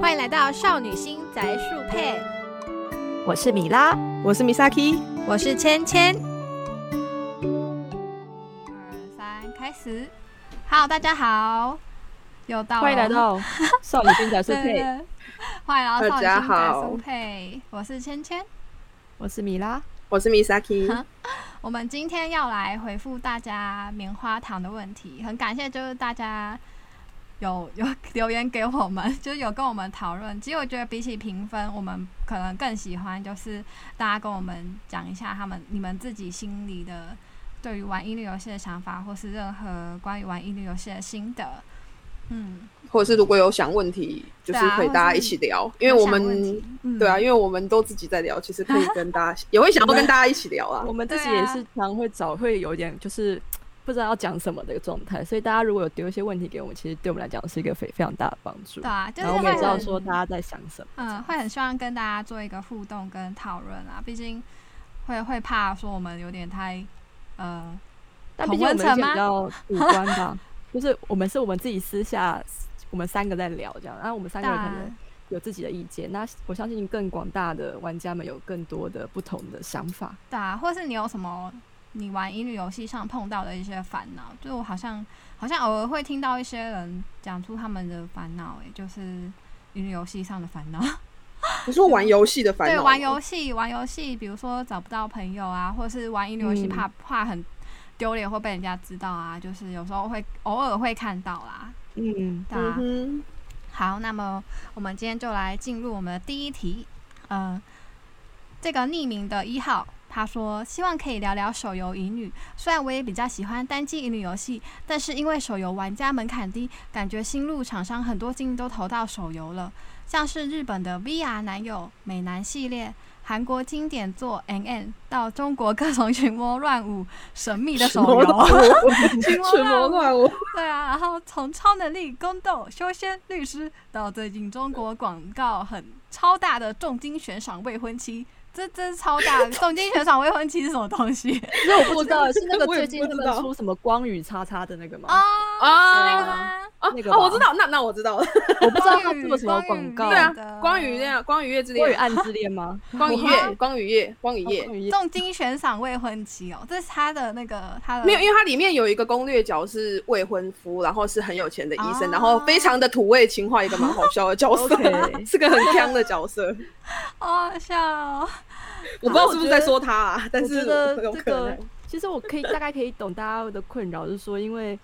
欢迎来到少女心宅树配，我是米拉，我是 Misaki，我是芊芊。二三，开始。Hello，大家好，又到了欢迎来到少女心宅 树对对配，对欢迎来到少大女家心宅好树配，我是芊芊。我是米拉。我是 Misaki。我们今天要来回复大家棉花糖的问题，很感谢就是大家有有留言给我们，就是有跟我们讨论。其实我觉得比起评分，我们可能更喜欢就是大家跟我们讲一下他们你们自己心里的对于玩音律游戏的想法，或是任何关于玩音律游戏的心得。嗯，或者是如果有想问题，就是对啊可以大家一起聊，因为我有想问们题嗯对啊，因为我们都自己在聊，其实可以跟大家也会想要跟大家一起聊啊 我。们自己对啊也是常会找，会有一点就是不知道要讲什么的状态，所以大家如果有丢一些问题给我们，其实对我们来讲是一个非非常大的帮助对。啊，就是然后我们也知道很说大家在想什么。嗯，会很希望跟大家做一个互动跟讨论啊，毕竟会会怕说我们有点太，呃，但毕竟我们是同温层吗比较主观吧， 就是我们是我们自己私下我们三个在聊这样，然后我们三个人可能然有自己的意见。那我相信更广大的玩家们有更多的不同的想法。对啊，或是你有什么你玩音律游戏上碰到的一些烦恼，就我好像好像偶尔会听到一些人讲出他们的烦恼，诶，就是音律游戏上的烦恼。你说玩游戏的烦恼对，吗，玩游戏，玩游戏，比如说找不到朋友啊，或是玩音乐游戏嗯怕、怕很丢脸或被人家知道啊，就是有时候会偶尔会看到啦，嗯，对嗯啊。哼，好，那么我们今天就来进入我们的第一题。呃，这个匿名的一号他说，希望可以聊聊手游乙女。虽然我也比较喜欢单机乙女游戏，但是因为手游玩家门槛低，感觉新入厂商很多精力都投到手游了，像是日本的 VR 男友、美男系列。韩国经典作 N N 到中国各种群魔乱舞、神秘的手群魔游，群 魔群魔乱舞， 对啊，然后从超能力、宫斗、修仙、律师，到最近中国广告很超大的重金悬赏未婚妻，这这是超大的重金悬赏未婚妻是什么东 西因为我不知道是那个我也最近不他知们道出什么光宇叉叉的那个吗？啊？啊那个吗？啊那个啊！我吧知道，那那我知道了。我不知道他光宇做了什么广告。光对宇啊的，光与夜，光与夜之光宇恋，暗之恋 吗？哦光与夜，光与夜，光与哦夜。光宇重金悬赏未婚妻哦，这是他的那个他的没有，因为它里面有一个攻略角是未婚夫，然后是很有钱的医生，啊哦然后非常的土味情话，一个蛮好笑的 角色 OK 是个很强的角色。好好笑哦，我不知道是不是在说他啊，但我是觉得有这可能啊个。 其实我可以大概可以懂大家的困扰，就是说，因为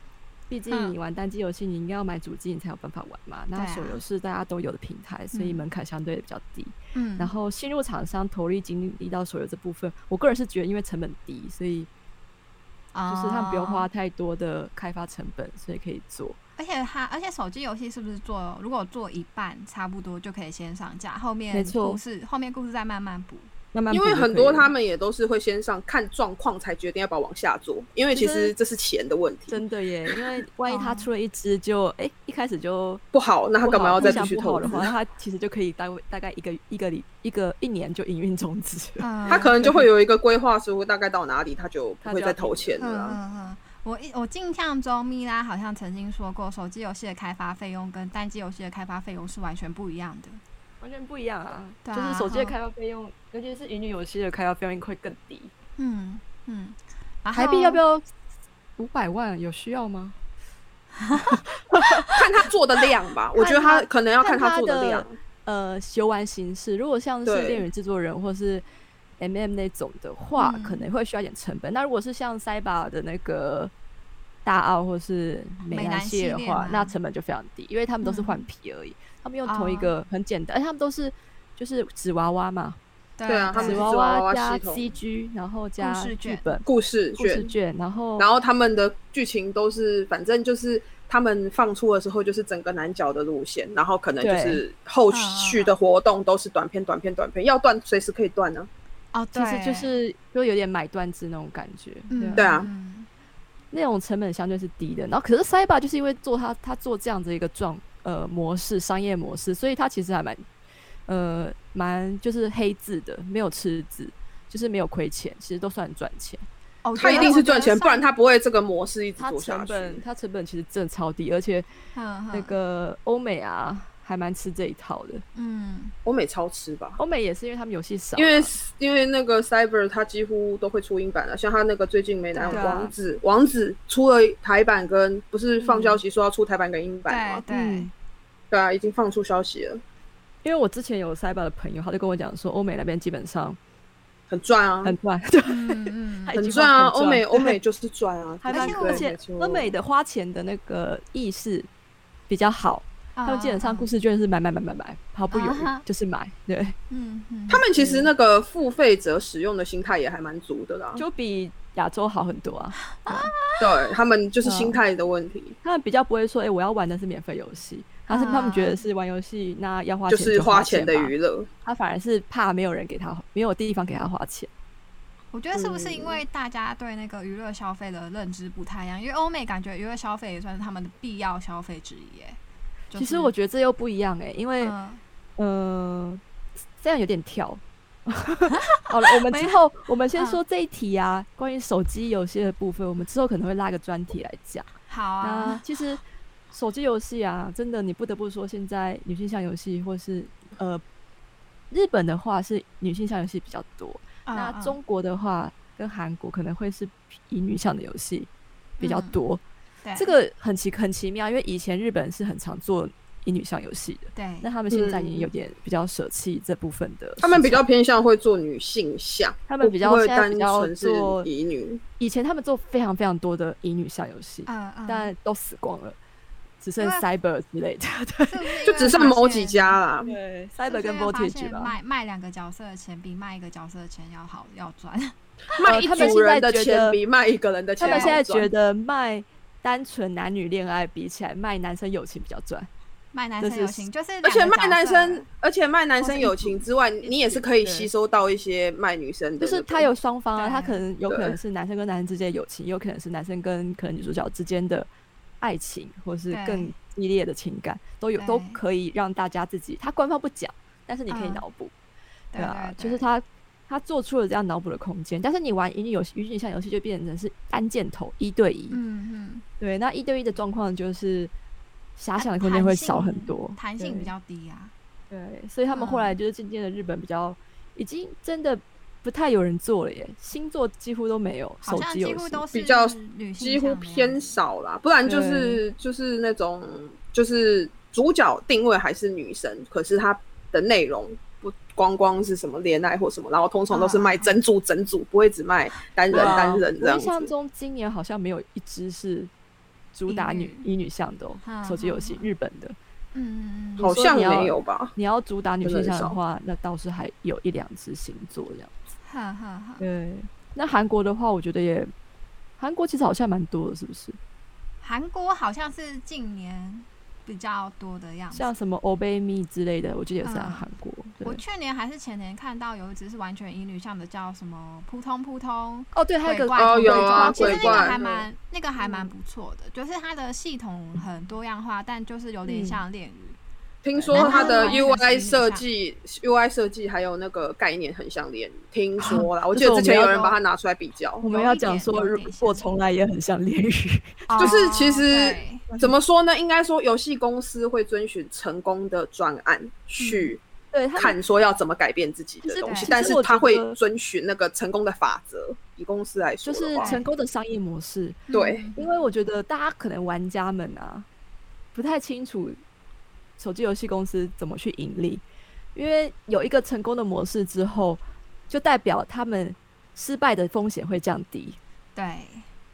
毕竟嗯你玩单机游戏，你应该要买主机，你才有办法玩嘛。那对啊手游是大家都有的平台，所以嗯门槛相对比较低。嗯，然后新入厂商投入精力到手游这部分，我个人是觉得因为成本低，所以就是他们不用花哦，太多的开发成本，所以可以做。而且他而且手机游戏是不是做如果做一半差不多就可以先上架，后面没错故事后面故事再慢慢补，慢慢因补为就很可以多了他们也都是会先上看状况才决定要不要往下做，因为其就是实这是钱的问题， 真的耶，因为万一他哦出了一只就哎、一开始就不好，那他不干嘛好要再影继响续不投好资的？话， 他其实就可以大大概一个一个里一个一年就营运终止。嗯，他可能就会有一个规划书，大概到哪里他就不会再投钱了嗯啊。嗯嗯，我印我印象中，米拉好像曾经说过，手机游戏的开发费用跟单机游戏的开发费用是完全不一样的。 完全不一样啊！对就啊是手机的哈开发费用，尤其是云女游戏的开发费用会更低。嗯嗯，然后台币要不要五百万？有需要吗？看他做的量吧，我觉得他可能要看他做看他的量。呃，游玩形式，如果像是对恋与制作人或是 M M 那种的话，嗯可能会需要一点成本。那如果是像塞巴的那个大奥或是美美兰男系列的系列话吗，那成本就非常低，因为他们都是嗯换皮而已，他们用同哦一个很简单，而且他们都是就是纸娃娃嘛，对对啊他们纸是娃纸娃娃加系统 C G，然后加故事剧卷本、故事故事卷，卷，然后然后他们的剧情都是，反正就是他们放出的时候就是整个南角的路线，然后可能就是后啊续的活动都是短片、短片、短片，要断随时可以断啊呢、哦，其实就是就有点买断制那种感觉，嗯对啊嗯那种成本相对是低的。然后可是 Cyber 就是因为做它它做这样子一个状呃模式商业模式，所以它其实还蛮呃蛮就是黑字的，没有赤字，就是没有亏钱，其实都算赚钱。哦我觉他得一定是赚钱，我觉不然他不会这个模式一直它做下成去。本它成本其实真的超低，而且得上嗯嗯那个欧美啊。还蛮吃这一套的。嗯，欧美超吃吧，欧美也是因为他们游戏少啊，因为因为那个 Cyber 它几乎都会出英版的，像它那个最近美男对啊王子，王子出了台版跟不是放消息说要出台版跟英版对吗？对嗯，对啊，已经放出消息了，因为我之前有 Cyber 的朋友，他就跟我讲说，欧美那边基本上很赚啊，很快， 对，嗯嗯还很已经赚啊，很赚欧美欧美就是赚 啊，还对蛮而且而且没错欧美的花钱的那个意识比较好，他 他们基本上故事券是买买买买买，毫不犹豫啊哈就是买，对，嗯嗯，他们其实那个付费者使用的心态也还蛮足的哦啦，就比亚洲好很多啊。对他们嗯就是心态的问题，他们比较不会说，哎、我要玩的是免费游戏，但是他们觉得是玩游戏，那要花钱是花花钱的吧娱乐。他反而是怕没有人给他，没有地方给他花钱。我觉得是不是因为嗯大家对那个娱乐消费的认知不太一样？因为欧美感觉娱乐消费也算是他们的必要消费之一耶。就是其实我觉得这又不一样哎、因为、嗯呃，这样有点 跳。好了，我们之后我们先嗯说这一题啊，关于手机游戏的部分，我们之后可能会拉个专题来讲。好那啊，其实手机游戏啊，真的你不得不说，现在女性向游戏或是呃日本的话是女性向游戏比较多，嗯那嗯中国的话跟韩国可能会是以女向的游戏比较嗯多，对这个很奇很奇妙，因为以前日本是很常做以女向游戏的，对那他们现在也有点比较舍弃这部分的市场，嗯他们比较偏向会做女性向，他们比较不会现在单比较纯是做，乙女。以前他们做非常非常多的以女向游啊戏，嗯嗯，但都死光了，只剩因为 Cyber 之类的，是不是因为 就只剩某几发现家啦。对是不，Cyber 是跟因为发 Voltage 现吧。卖卖两个角色的钱比卖一个角色的钱要好要赚。卖一他们组人的现在觉得钱比卖一个人的他钱们好现在赚，觉得卖单纯男女恋爱比起来，卖男生友情比较赚。卖男这生是友情就是，而且卖男生，，而且卖男或生是友一情组之外，你也是可以啊哦对吸收到一些卖女生就的，是他有双方啊，对他可能有对可能是男生跟男生之间的友情，也有可能是男生跟可能女主角之间的爱情，或是对更激烈的情感，都有都对可以让大家自己。他官方不讲，但是你可以嗯脑补，对啊对，，就是他他做出了这样脑补的空间。但是你玩乙女游戏、乙女向游戏就变成是单箭头一对一，嗯嗯，对，那一对一的状况就是遐他想的空间会少很多，嗯弹性对比较低啊。对，所以他们后嗯来就是渐渐的日本比较，已经真的不太有人做了耶，星座几乎都没有，好手像机几游乎戏都是比较女性向几乎啊的偏少啦。不然就是就是那种就是主角定位还是女生，可是它的内容不光光是什么恋爱或什么，然后通常都是卖啊整组整组，不会只卖单对人啊单人这我样印象子。中今年好像没有一支是主打乙女女乙女向的、哦嗯手机游戏嗯，日本的。嗯嗯嗯，好说像你要没有吧？你要主打女性真的向很的少话，那倒是还有一两支星座这样。哈哈哈。对，那韩国的话，我觉得也，韩国其实好像蛮多的，是不是？韩国好像是近年比较多的样子。像什么欧贝蜜之类的，我记得也是在嗯韩国。我对，去年还是前年看到有一只是完全乙女向的，叫什么“扑通扑通哦，对，”还有一鬼个怪哦同有鬼怪啊其实鬼那个怪还嗯蛮那个还蛮不错的，就是它的系统很多样化，但就是有点嗯像恋与。听说它的然后完全是一模 UI 一设样计、UI 设计还有那个概念很像连，听说啦，我哦这记是得我之前们要有人说把它拿出来比较我，有们一要点讲说，有如点果像从来也很像恋语，就是哦其实对怎么说呢？应该说游戏公司会遵循成功的专案去对，他看说要怎么改变自己嗯其的实东其西，实但是我它觉会得遵循那个成功的法则。以公司来说就的是话，成功的商业模式。对嗯因为我觉得大家可能玩家们啊，不太清楚手机游戏公司怎么去盈利，因为有一个成功的模式之后，就代表他们失败的风险会降低。对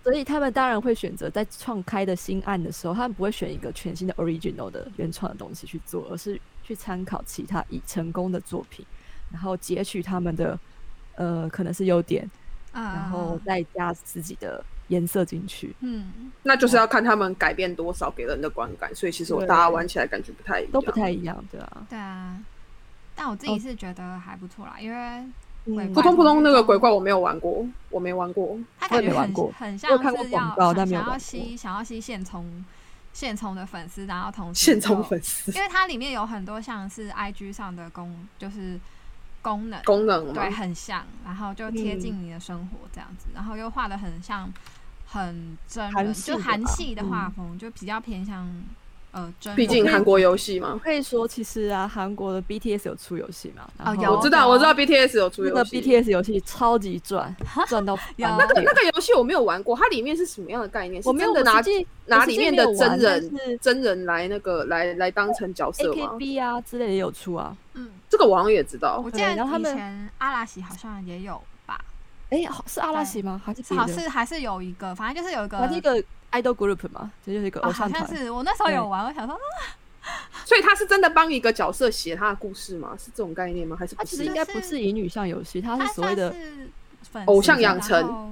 所以他们当然会选择在创开的新案的时候，他们不会选一个全新的 original 的原创的东西去做，而是去参考其他已成功的作品，然后截取他们的呃可能是优点，嗯，啊然后再加自己的颜色进去，嗯，那就是要看他们改变多少给人的观感。所以其实我对大家玩起来感觉不太一样，都不太一样，对啊。对啊。但我自哦己是觉得还不错啦，因为嗯普扑通扑通那个鬼怪我没有玩过，我没玩过。他我感也觉没玩很过很像我有看过是广要告想但没有想要玩过吸想要吸现充现充的粉丝，然后同时现充又粉丝哦因为它里面有很多像是 IG 上的功，就是功能，功能嘛对，，很像，然后嗯就贴近你的生活这样子，然后又画的很像很真韩人，系就的韩吧嗯系的画风，就比较偏向呃，真毕竟韩国游戏嘛我。可以说，其实啊，韩国的 BTS 有出游戏嘛？然哦后有我知道，我知道 BTS 有出啊那游个戏。 BTS 游戏超级赚，赚到翻有倍那那那个游戏我没有玩过，它里面是什么样的概念？我没有是真的我拿实际拿我实里际面没有的真玩人但是真人来那个来来当成角色吗？ AKB 啊之类的也有出啊。嗯，这个我好像也知道我，记对得然后他以们前阿拉西好像也有吧，哎，好是阿拉西吗？还是是别好的？是还是有一个，反正就是有一个它是一个 idol group 嘛，这就是一个啊，偶好像像团。是我那时候有玩，我想说嗯所以他是真的帮一个角色写他的故事吗？是这种概念吗？还是它不其实是应？该不是以女向游戏，它它是所谓算的啊是粉偶丝像养。成然后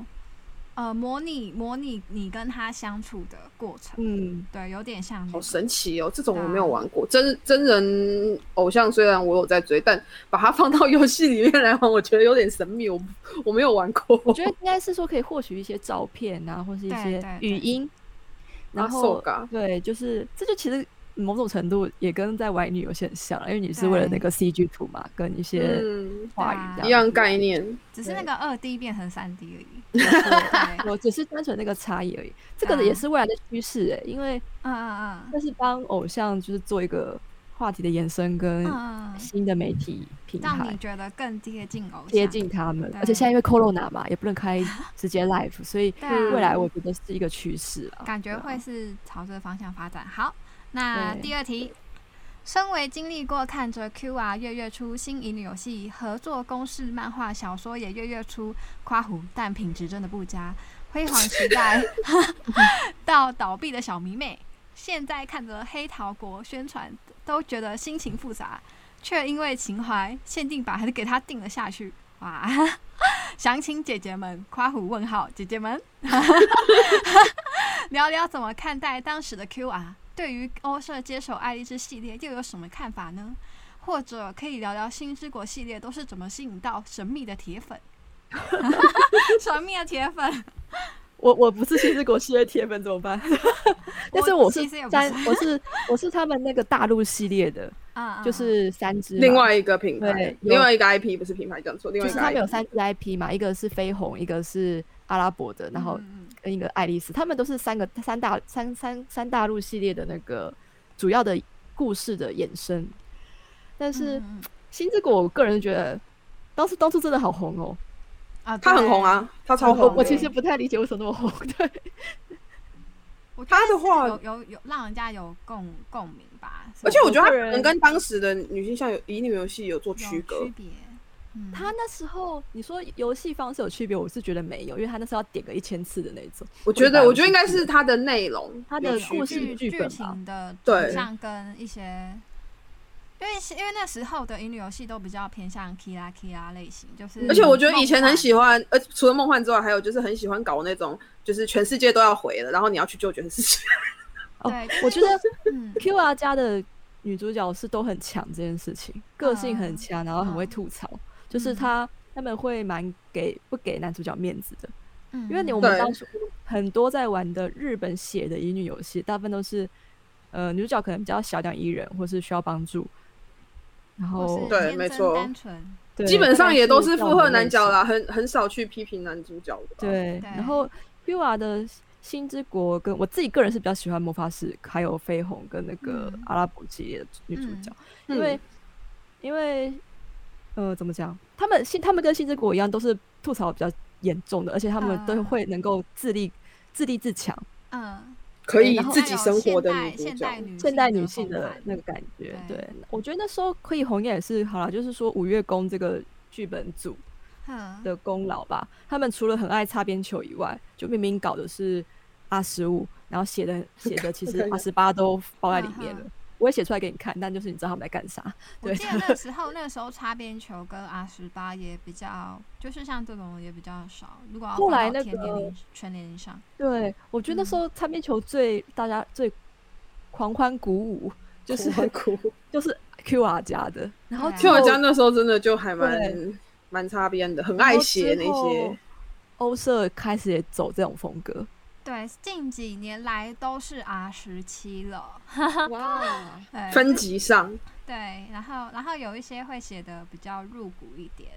呃，模拟模拟你跟他相处的过程，嗯，对，有点像那好个神奇哦，这种我没有啊玩过。真真人偶像虽然我有在追，但把它放到游戏里面来玩，我觉得有点神秘。我不我没有玩过。我觉得应该是说可以获取一些照片啊，或是一对些对对语音，啊然手后嘎对，就是这就其实某种程度也跟在玩女游戏很像啦，因为你是为了那对个 CG 图嘛，跟一些嗯，对啊话语一这样样子。概念。只是那对个二 D 变成三 D 而已。 对嗯我只是单纯那个差异而已，这对个啊也是未来的趋势哎，因为嗯嗯嗯这是帮偶像就是做一个话题的延伸跟嗯嗯，新的媒体平让你台。觉得更贴近偶像，贴近他们，而且对现在因为 Corona 嘛，也不能开直 接 live，所以对啊未来我觉得是一个趋势啊，感觉对啊会是朝这个方向发展。好，那对第二题，身为经历过看着 Q 啊月月出新乙女游戏、合作公式漫画、小说也月月出夸胡，但品质真的不佳，辉煌时代 到倒闭的小迷妹，现在看着黑桃国宣传都觉得心情复杂，却因为情怀限定版还是给他定了下去，哇！ 详情姐姐们，夸虎问号姐姐们， 聊聊怎么看待当时的 QR，对于欧社接手爱丽丝系列又有什么看法呢？或者可以聊聊新之国系列都是怎么吸引到神秘的铁粉？ 神秘的铁粉，我我不是新之国系列铁粉怎 么办？但是我是其实也不在是，我是我是他们那个大陆系列 的，嗯，就嗯是三只嘛，另外一个品牌对，另有外一个 IP 不是品牌，讲错，另就外一是个他们有 IP。三只 IP 嘛，一个是绯红，一个是阿拉伯的，然后嗯嗯跟一个爱丽丝，他们都是三个三大三三三大陆系列的那个主要的故事的衍生。但是嗯嗯新之国，我个人觉得当时当初真的好红哦，啊，他很对红，啊，他超很红我的。我其实不太理解为什么那么红，对。我觉他得的是话有有有让人家有共共鸣吧，是而且我觉得他我个可人能跟当时的女性向有乙女游戏有做有区隔区，别，嗯，他那时候你说游戏方式有区别，我是觉得没有，因为他那时候要点个一千次的那 种。我觉得150我觉得应该是它的内容，它的有区故别事剧剧本吧情的走对向跟一些，因为是因为那时候的乙女游戏都比较偏向 Kira Kira 类型，就是而且我觉得以前很梦喜欢，呃，除了梦幻之外，还有就是很喜欢搞那种，就是全世界都要毁了，然后你要去救全世界。哦对，我觉得幻嗯 Q R 家的女主角是都很强这件事情，个性很强，然后很会吐槽，就是她他们会蛮给不给男主角面子的，嗯，因为你嗯我们对当初很多在玩的日本写的乙女游戏，大部分都是呃女主角可能比较小鸟依人，或是需要帮助，然或后是对天没真错单纯对基本上也都这是附种和的男类角型啦，很很少去批评男主角的吧。对，对然后 U R 的《星之国》跟我自己个人是比较喜欢魔法使，还有绯红跟那个嗯阿拉伯系列的女主角，嗯因为、因为呃怎么讲，他们新他们跟《星之国》一样，都是吐槽比较严重的，而且他们啊都会能够自立自立自强，嗯，可以然后自己生活的还女有主现角代，现代女现代女性风的范那个感觉。对对我觉得那时候可以红也是好啦，就是说五月宫这个剧本组嗯的功劳吧。他们除了很爱擦边球以外，就明明搞的是阿十五，然后写的写的其实可以阿十八都包在里面嗯了。我也写出来给你看，但就是你知道他们在干啥。我对记得那时候，那时候擦边球跟 R 十八也比较，就是像这种也比较少。如果要后放来到那全年个龄全年龄上，对，我觉得那时候擦边球最大家最狂欢鼓舞，就是很 苦。就是 QR 家的，然后对啊其实就我家那时候真的就还蛮对蛮擦边的，很爱写那些。。欧社开始也走这种风格，对，近几年来都是 R 十七了。哇！对，分级上，哎对，然后然后有一些会写的比较入骨一点，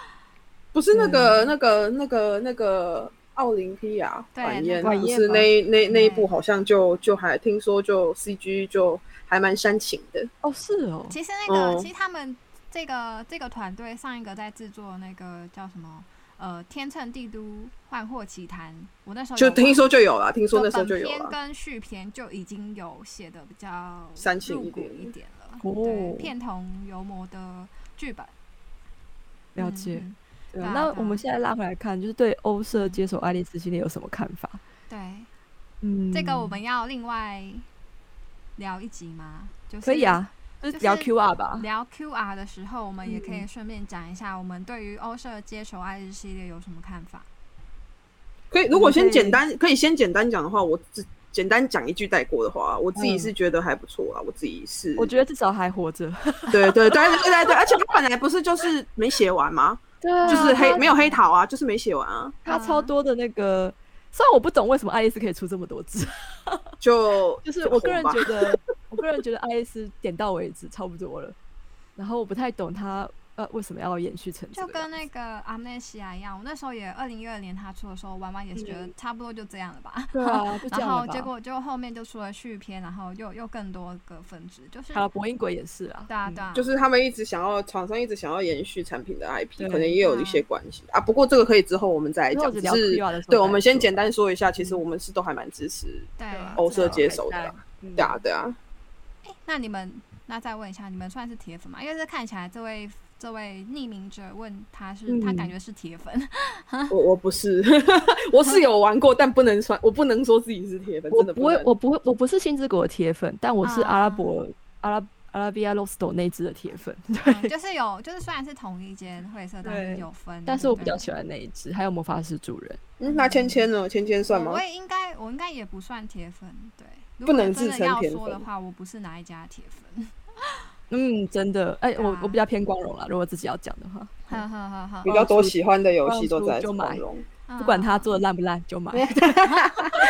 不是那个那个那个那个奥林匹亚对晚宴，啊晚不宴是吗那那那一部对好像就就还听说就 CG 就还蛮煽情的，哦，是哦，其实那个，嗯其实他们这个这个团队上一个在制作那个叫什么？呃，《天秤帝都幻惑奇谭》，我那时候就有听说就有了，听说有那时候就有啊本片了。跟续篇就已经有写的比较煽情入一骨点一点了，哦对，片同油膜的剧本。了嗯解。嗯对啊大那大我们现在拉回来看，就是对欧社接手爱丽丝系列有什么看法？对，嗯，这个我们要另外聊一集吗？就是可以。啊，就就是是聊 QR 吧。聊 QR 的时候，我们也可嗯以顺便讲一下，我们对于欧社接手爱日系列有什么看法？可以，如果你可先以简单，可以先简单讲的话，我只简单讲一句带过的话，我自己嗯是觉得还不错啊，我自己是，我觉得至少还活 着，对对对对对对，而且他本来不是就是没写完吗？对啊就是黑他没有黑桃啊，就是没写完啊，他啊超多的那个。虽然我不懂为什么爱丽丝可以出这么多只，就就是我个人红吧觉得，我个人觉得爱丽丝点到为止差不多了。然后我不太懂他呃为什么要延续成这就个跟样那个《阿姆内西亚》一样，我那时候也二零一二年他出的时候，玩玩也是觉得差不多就这样了吧。对啊，嗯 就这然样后了结吧。果就后面就出了续篇，然后又又更多个分支，就是好了，博音鬼也是啊，对啊对嗯啊，就是他们一直想要，厂商一直想要延续产品的 IP，对嗯可能也有一些关系啊。不过这个可以之后我们再来之后就讲，只聊是 QR 的时候对，再我们先说嗯简单说一下，其实我们是都还蛮支持对对啊这欧个社接手的啦，嗯对啊对啊，那你们那再问一下，你们算是铁粉吗？因为这看起来这位这位匿名者问他是、他感嗯觉是铁粉，啊我我不是， 我是有玩过，但不能算，我不能说自己是铁粉，我真的不能会，我不会，我不是新之国的铁粉，但我是啊阿拉伯、阿拉阿拉比亚 Losto 那一只的铁粉，对。嗯就是有就是虽然是同一间会社，但是对有分，但是我对比不较对喜欢那一只，还有魔法师主人。嗯，那芊芊呢？芊芊算我吗我？也应该我应该也不算铁粉，对。如不果能真自的称要铁说的粉话，我不是哪一家铁粉，嗯，真的，哎、对啊我我比较偏光荣啦。如果自己要讲的话，哈 嗯哈哈哈比较多喜欢的游戏都在光速就买光荣，不管他他做的烂不烂，就买。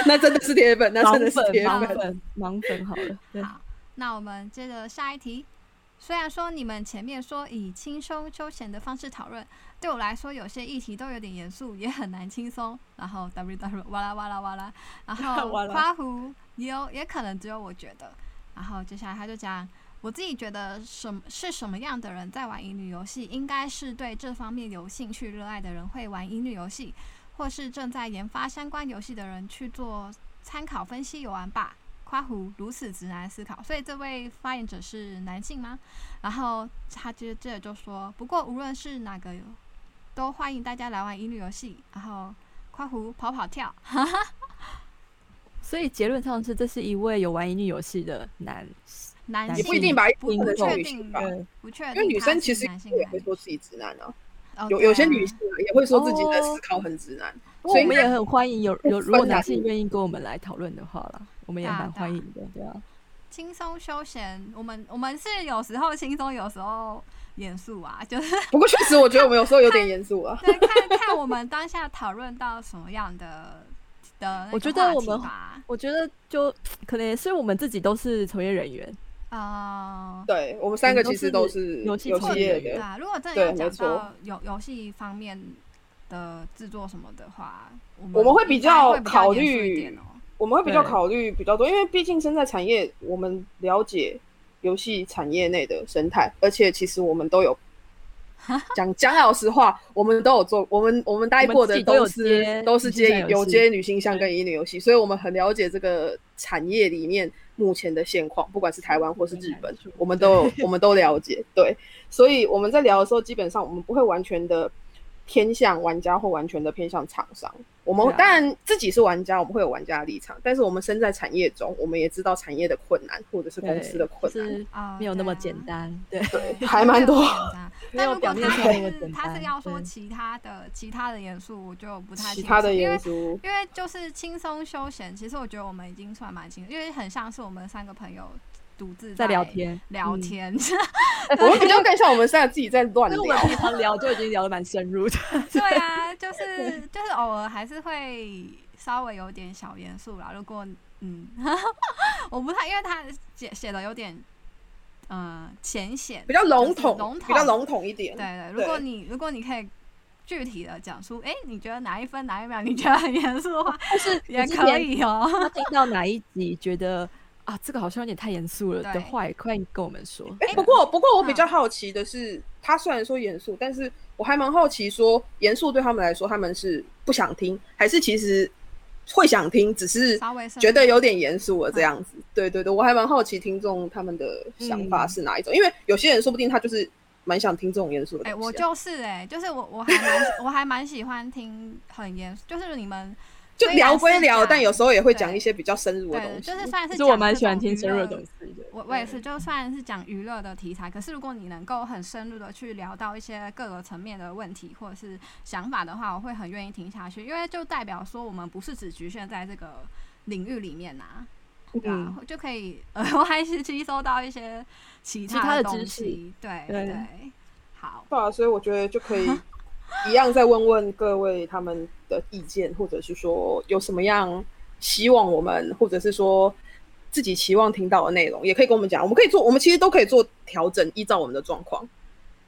那真的是铁粉，那盲真的粉，是铁盲粉。粉，盲粉好了。对，好，那我们接着下一题。虽然说你们前面说以轻松休闲的方式讨论，对我来说有些议题都有点严肃，也很难轻松。 然后 w w 哇啦哇啦哇啦，然后 哇啦夸胡也有也可能只有我觉得。然后接下来他就讲，我自己觉得什么是什么样的人在玩乙女游戏，应该是对这方面有兴趣、热爱的人会玩乙女游戏，或是正在研发相关游戏的人去做参考分析游玩吧。夸胡如此直男思考，所以这位发言者是男性吗？然后他接着就说，不过无论是哪个，都欢迎大家来玩乙女游戏。然后夸胡跑跑跳，所以结论上是，这是一位有玩乙女游戏的男。男也性不一定吧，不有可能不是确女定性吧，对不确定因为女他生是其实男性也还会是说自己直男啊，哦有对有些啊女性啊也会说自己的哦思考很直男，不过所以我们也很欢迎有有，如果分男男性女愿意跟我们来讨论的话啦，我们也对啊蛮对啊欢迎的，对啊。轻松休闲，我们我们是有时候轻松，有时候严肃啊，就是。不过确实我觉得我们有时候 有点严肃啊对看看我们当下讨论到什么样的的那个我觉得话我题们吧我觉得就可能也是我们自己都是从业人员，呃，对我们三个其实都是游游戏戏从业业对的，啊，如果真的对要没讲错到游游戏方面的制作什么的话，我们我们会比应该较会比考严肃一虑点哦。我们会比较对考虑比较多，因为毕竟身在产业，我们了解游戏产业内的生态，而且其实我们都有讲讲老实话，我们都有做，我们我们待过我们自的己都有是接都是接女性向游戏有接女性向跟乙女游戏，所以我们很了解这个产业里面目前的现况，不管是台湾或是日本，我们都 有我们都了解，对，所以我们在聊的时候，基本上我们不会完全的偏向玩家或完全的偏向厂商。我们对啊当然自己是玩家，我们会有玩家的立场，但是我们身在产业中，我们也知道产业的困难或者是公司的困就难。是啊没有那么简，单，对。 对啊对还蛮多没有那么简单没有但表如面果他上那么是简他是单要说对其他的其他的元素，我就不太其清他的楚因为因素，因为就是轻松休闲，其实我觉得我们已经算蛮轻，因为很像是我们三个朋友独自在聊天， 嗯聊天， 我们比较更像我们现在自己在乱但是我聊们。平常聊就已经聊得蛮深入的。对啊，就是就是偶尔还是会稍微有点小严肃啦。如果嗯， 我不太，因为他写写的有点嗯、呃浅显比，较笼就是统笼，统比较笼统一点对。对。如果你如果你可以具体的讲出，哎，你觉得哪一分哪一秒你觉得很严肃的话，但是也你之可前以哦。他听到哪一集觉得啊，这个好像有点太严肃了对的话，也快跟我们说。哎、哎不过不过我比嗯较好奇的是，他虽然说严肃，但是我还蛮好奇说，严肃对他们来说，他们是不想听，还是其实会想听，只是稍微深觉得有点严肃了这样嗯子？对对对，我还蛮好奇听众他们的想法是哪一种，因为有些人说不定他就是蛮想听这种严肃的嗯哎、东西啊、我就是哎、就是我我还蛮我还蛮喜欢听很严，就是你们就聊归聊，但有时候也会讲对一些比较深入的东对，西。就是虽然是其实我讲蛮这喜欢种听娱深入的乐东西的。我我也是，就算是讲娱乐的题材，可是如果你能够很深入的去聊到一些各个层面的问题或者是想法的话，我会很愿意听下去，因为就代表说我们不是只局限在这个领域里面呐、对啊嗯，就可以呃，我还是吸收到一些其其他的的东知识西，对对对，好，对啊，所以我觉得就可以一样再问问各位他们的意见，或者是说有什么样希望我们，或者是说自己期望听到的内容，也可以跟我们讲。我们可以做，我们其实都可以做调整，依照我们的状况，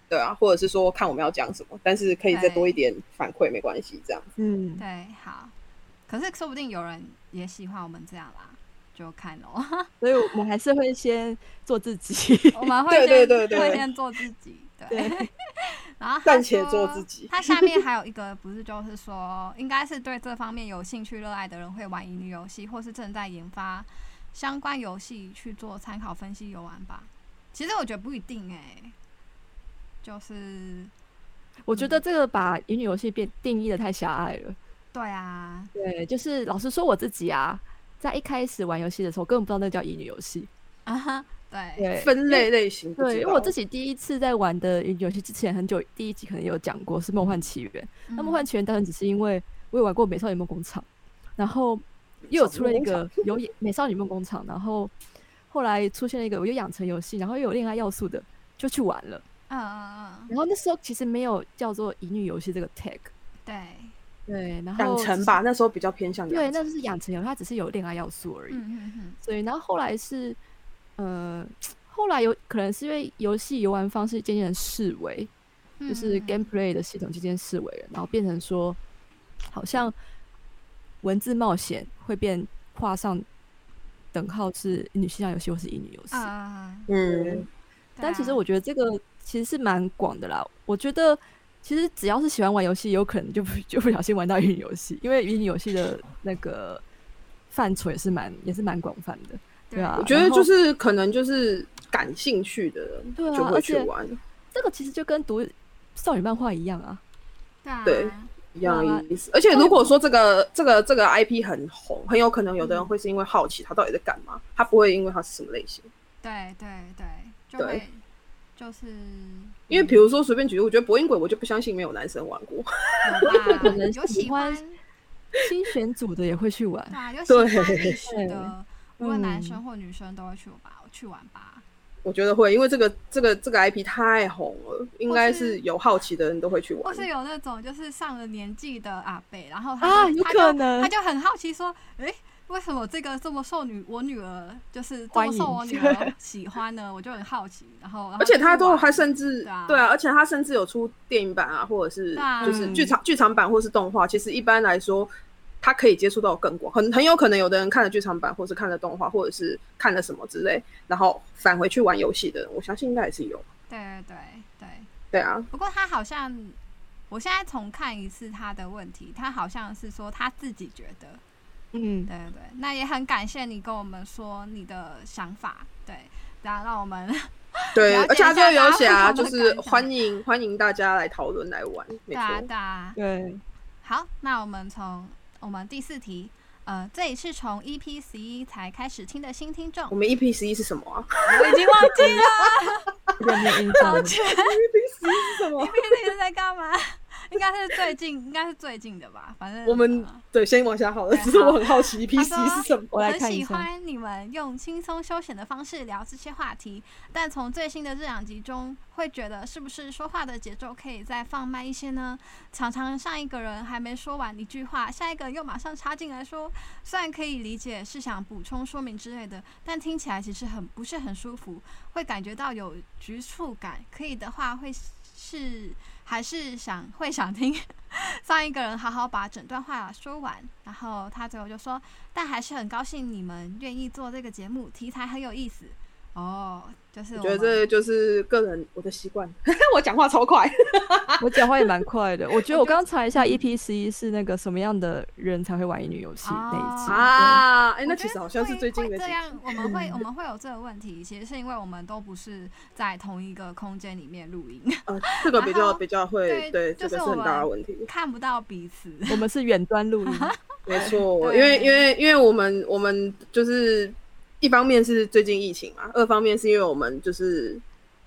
对啊，或者是说看我们要讲什么，但是可以再多一点反馈，没关系，这样。嗯，对好，可是说不定有人也喜欢我们这样啦，就看哦，所以我们还是会先做自己。 我们会对先对对对会先做自己，对。对， 然后他暂且说做自己他下面还有一个不是，就是说，应该是对这方面有兴趣、热爱的人会玩乙女游戏，或是正在研发相关游戏去做参考、分析、游玩吧。其实我觉得不一定哎、就是我觉得嗯这个把乙女游戏变定义的太狭隘了。对啊， 对，就是老实说我自己啊，在一开始玩游戏的时候，根本不知道那叫乙女游戏。啊哈，对，对，分类类型不知道，对，因为我自己第一次在玩的游戏之前很久，第一集可能有讲过是《梦幻奇缘》。那嗯《梦幻奇缘》当然只是因为我有玩过《美少女梦工厂》，然后又有出了一个有《美少女梦工厂》，然后后来出现了一个我有养成游戏，然后又有恋爱要素的，就去玩了。嗯嗯嗯嗯，然后那时候其实没有叫做乙女游戏这个 tag，对，对，然后养成只吧，那时候比较偏向是，养对，成那就是养成游戏，它只是有恋爱要素而已。嗯嗯嗯，所以，然后后来是，呃，后来有可能是因为游戏游玩方式渐渐地式微，嗯就是嗯嗯 gameplay 的系统渐渐式微了，然后变成说，好像文字冒险会变画上等号是女性向游戏或是乙女游戏。嗯嗯嗯，嗯，对但其实啊我觉得这个其实是蛮广的啦。我觉得其实只要是喜欢玩游戏，有可能就不就不小心玩到乙女游戏，因为乙女游戏的那个范畴也是蛮也是蛮广泛的。对啊我觉得然后就是可能就是感兴趣的人对啊就会去而且玩这个其实就跟读少女漫画一样啊。对啊对一样那的意思。而且如果说这个这个这个 IP 很红，很有可能有的人会是因为好奇它到底在干嘛，他不会因为它是什么类型。对对对，就对会就是因为比如说随便举例，我觉得《博音鬼》，我就不相信没有男生玩过。 有吧可能有喜喜欢欢新选组的也会去玩对，啊，有喜对欢 历史的，无论男嗯生或女生都会去吧，去玩吧。我觉得会，因为这个这个这个 IP 太红了，应该或是是有好奇的人都会去或玩。是有那种就是上了年纪的阿伯，然后他啊就有他可就能他就很好奇说，诶，为什么这个这么受女我女儿就是这欢么受迎我 女儿喜欢呢？我就很好奇，然后而且他都还是甚至对啊对啊，而且他甚至有出电影版啊，或者是对啊就是剧场剧场版或是动画。其实一般来说，他可以接触到更广，很很有可能有的人看了剧场版，或是看了动画，或者是看了什么之类，然后返回去玩游戏的人，我相信应该也是有。对对对，对啊，不过他好像我现在重看一次他的问题，他好像是说他自己觉得，嗯，对对对，那也很感谢你跟我们说你的想法，对，然后让我们对了，解而且他最后有写一下大家啊，就不同的是感想欢迎欢迎大家来讨论来玩，没对错。啊对啊，对，好，那我们从我们第四题，呃，这里是从 EP 十一才开始听的新听众，我们 EP 十一是什么 啊我已经忘记 了有点没有印象了。 ？EP 十一 E 是什么？ EP 十一在干嘛，应该是最近，应该是最近的吧，反正我们呃对，先往下好了。对只是我很好奇 EP 他十一说是什么。我来很看一喜下，欢你们用轻松休闲的方式聊这些话题，但从最新的这两集中，会觉得是不是说话的节奏可以再放慢一些呢？常常上一个人还没说完一句话，下一个人又马上插进来说，虽然可以理解是想补充说明之类的，但听起来其实很不是很舒服，会感觉到有局促感。可以的话会是还是想会想听 上一个人好好把整段话说完。然后他最后就说，但还是很高兴你们愿意做这个节目，题材很有意思。哦，就是我我觉得们这就是个人我的 习惯，我讲话超快。我讲话也蛮快的。我觉得我刚刚查一下，EP 十一是那个什么样的人才会玩乙女游戏那一集。对啊，哎、那我觉其得实好像是会最近会的几这集。样，我们 会我们会有这个问题，其实是因为我们都不是在同一个空间里面录音， 呃，这个比然较后比较会，对对，就这个是是我很大的们 问题。看不到彼此。 我们是远端录音，没错，对啊因为因为因为我们我们就是一方面是最近疫情嘛，二方面是因为我们就是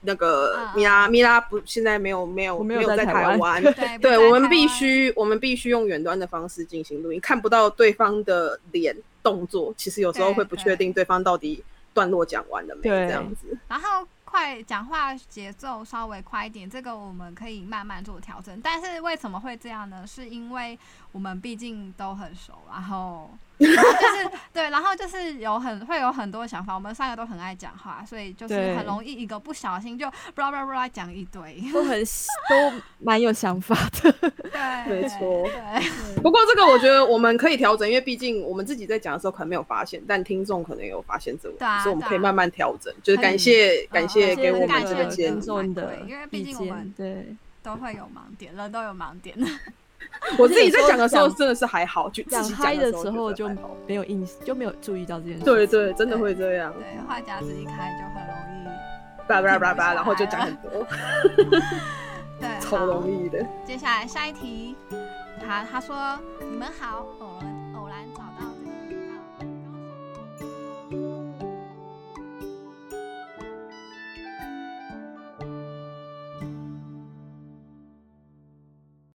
那个嗯米拉米拉不现在没有没有我没没有在在台湾 湾，对，不对在我们台必湾须我们必须用远端的方式进行录音，看不到对方的脸动作，其实有时候对会不确定对方到底段落讲完了没对这样子。然后快讲话节奏稍微快一点，这个我们可以慢慢做调整。但是为什么会这样呢？是因为我们毕竟都很熟，然 后然后就是对，然后就是有很会有很多想法，我们三个都很爱讲话，所以就是对很容易一个不小心就 blah blah blah 讲一堆。 都很都蛮有想法的。对，没错对，不过这个我觉得我们可以调整，因为毕竟我们自己在讲的时候可能没有发现，但听众可能有发现这个对啊问题，所以我们对啊可以慢慢调整。就是很感谢嗯感谢嗯给我很们感这谢个很建听议感。众的对因为毕竟我意见们对都会有盲点，人都有盲点。我自己在讲的时候有时候讲真的是还好，就自讲己嗨的的时候就觉得还好没有印，就没有注意到这件事。对对，真的会这样，对，话匣子一开就很容易。叭叭叭叭，然后就讲很多，对，超好容易的。接下来下一题，他他说：“你们好，偶然偶然找到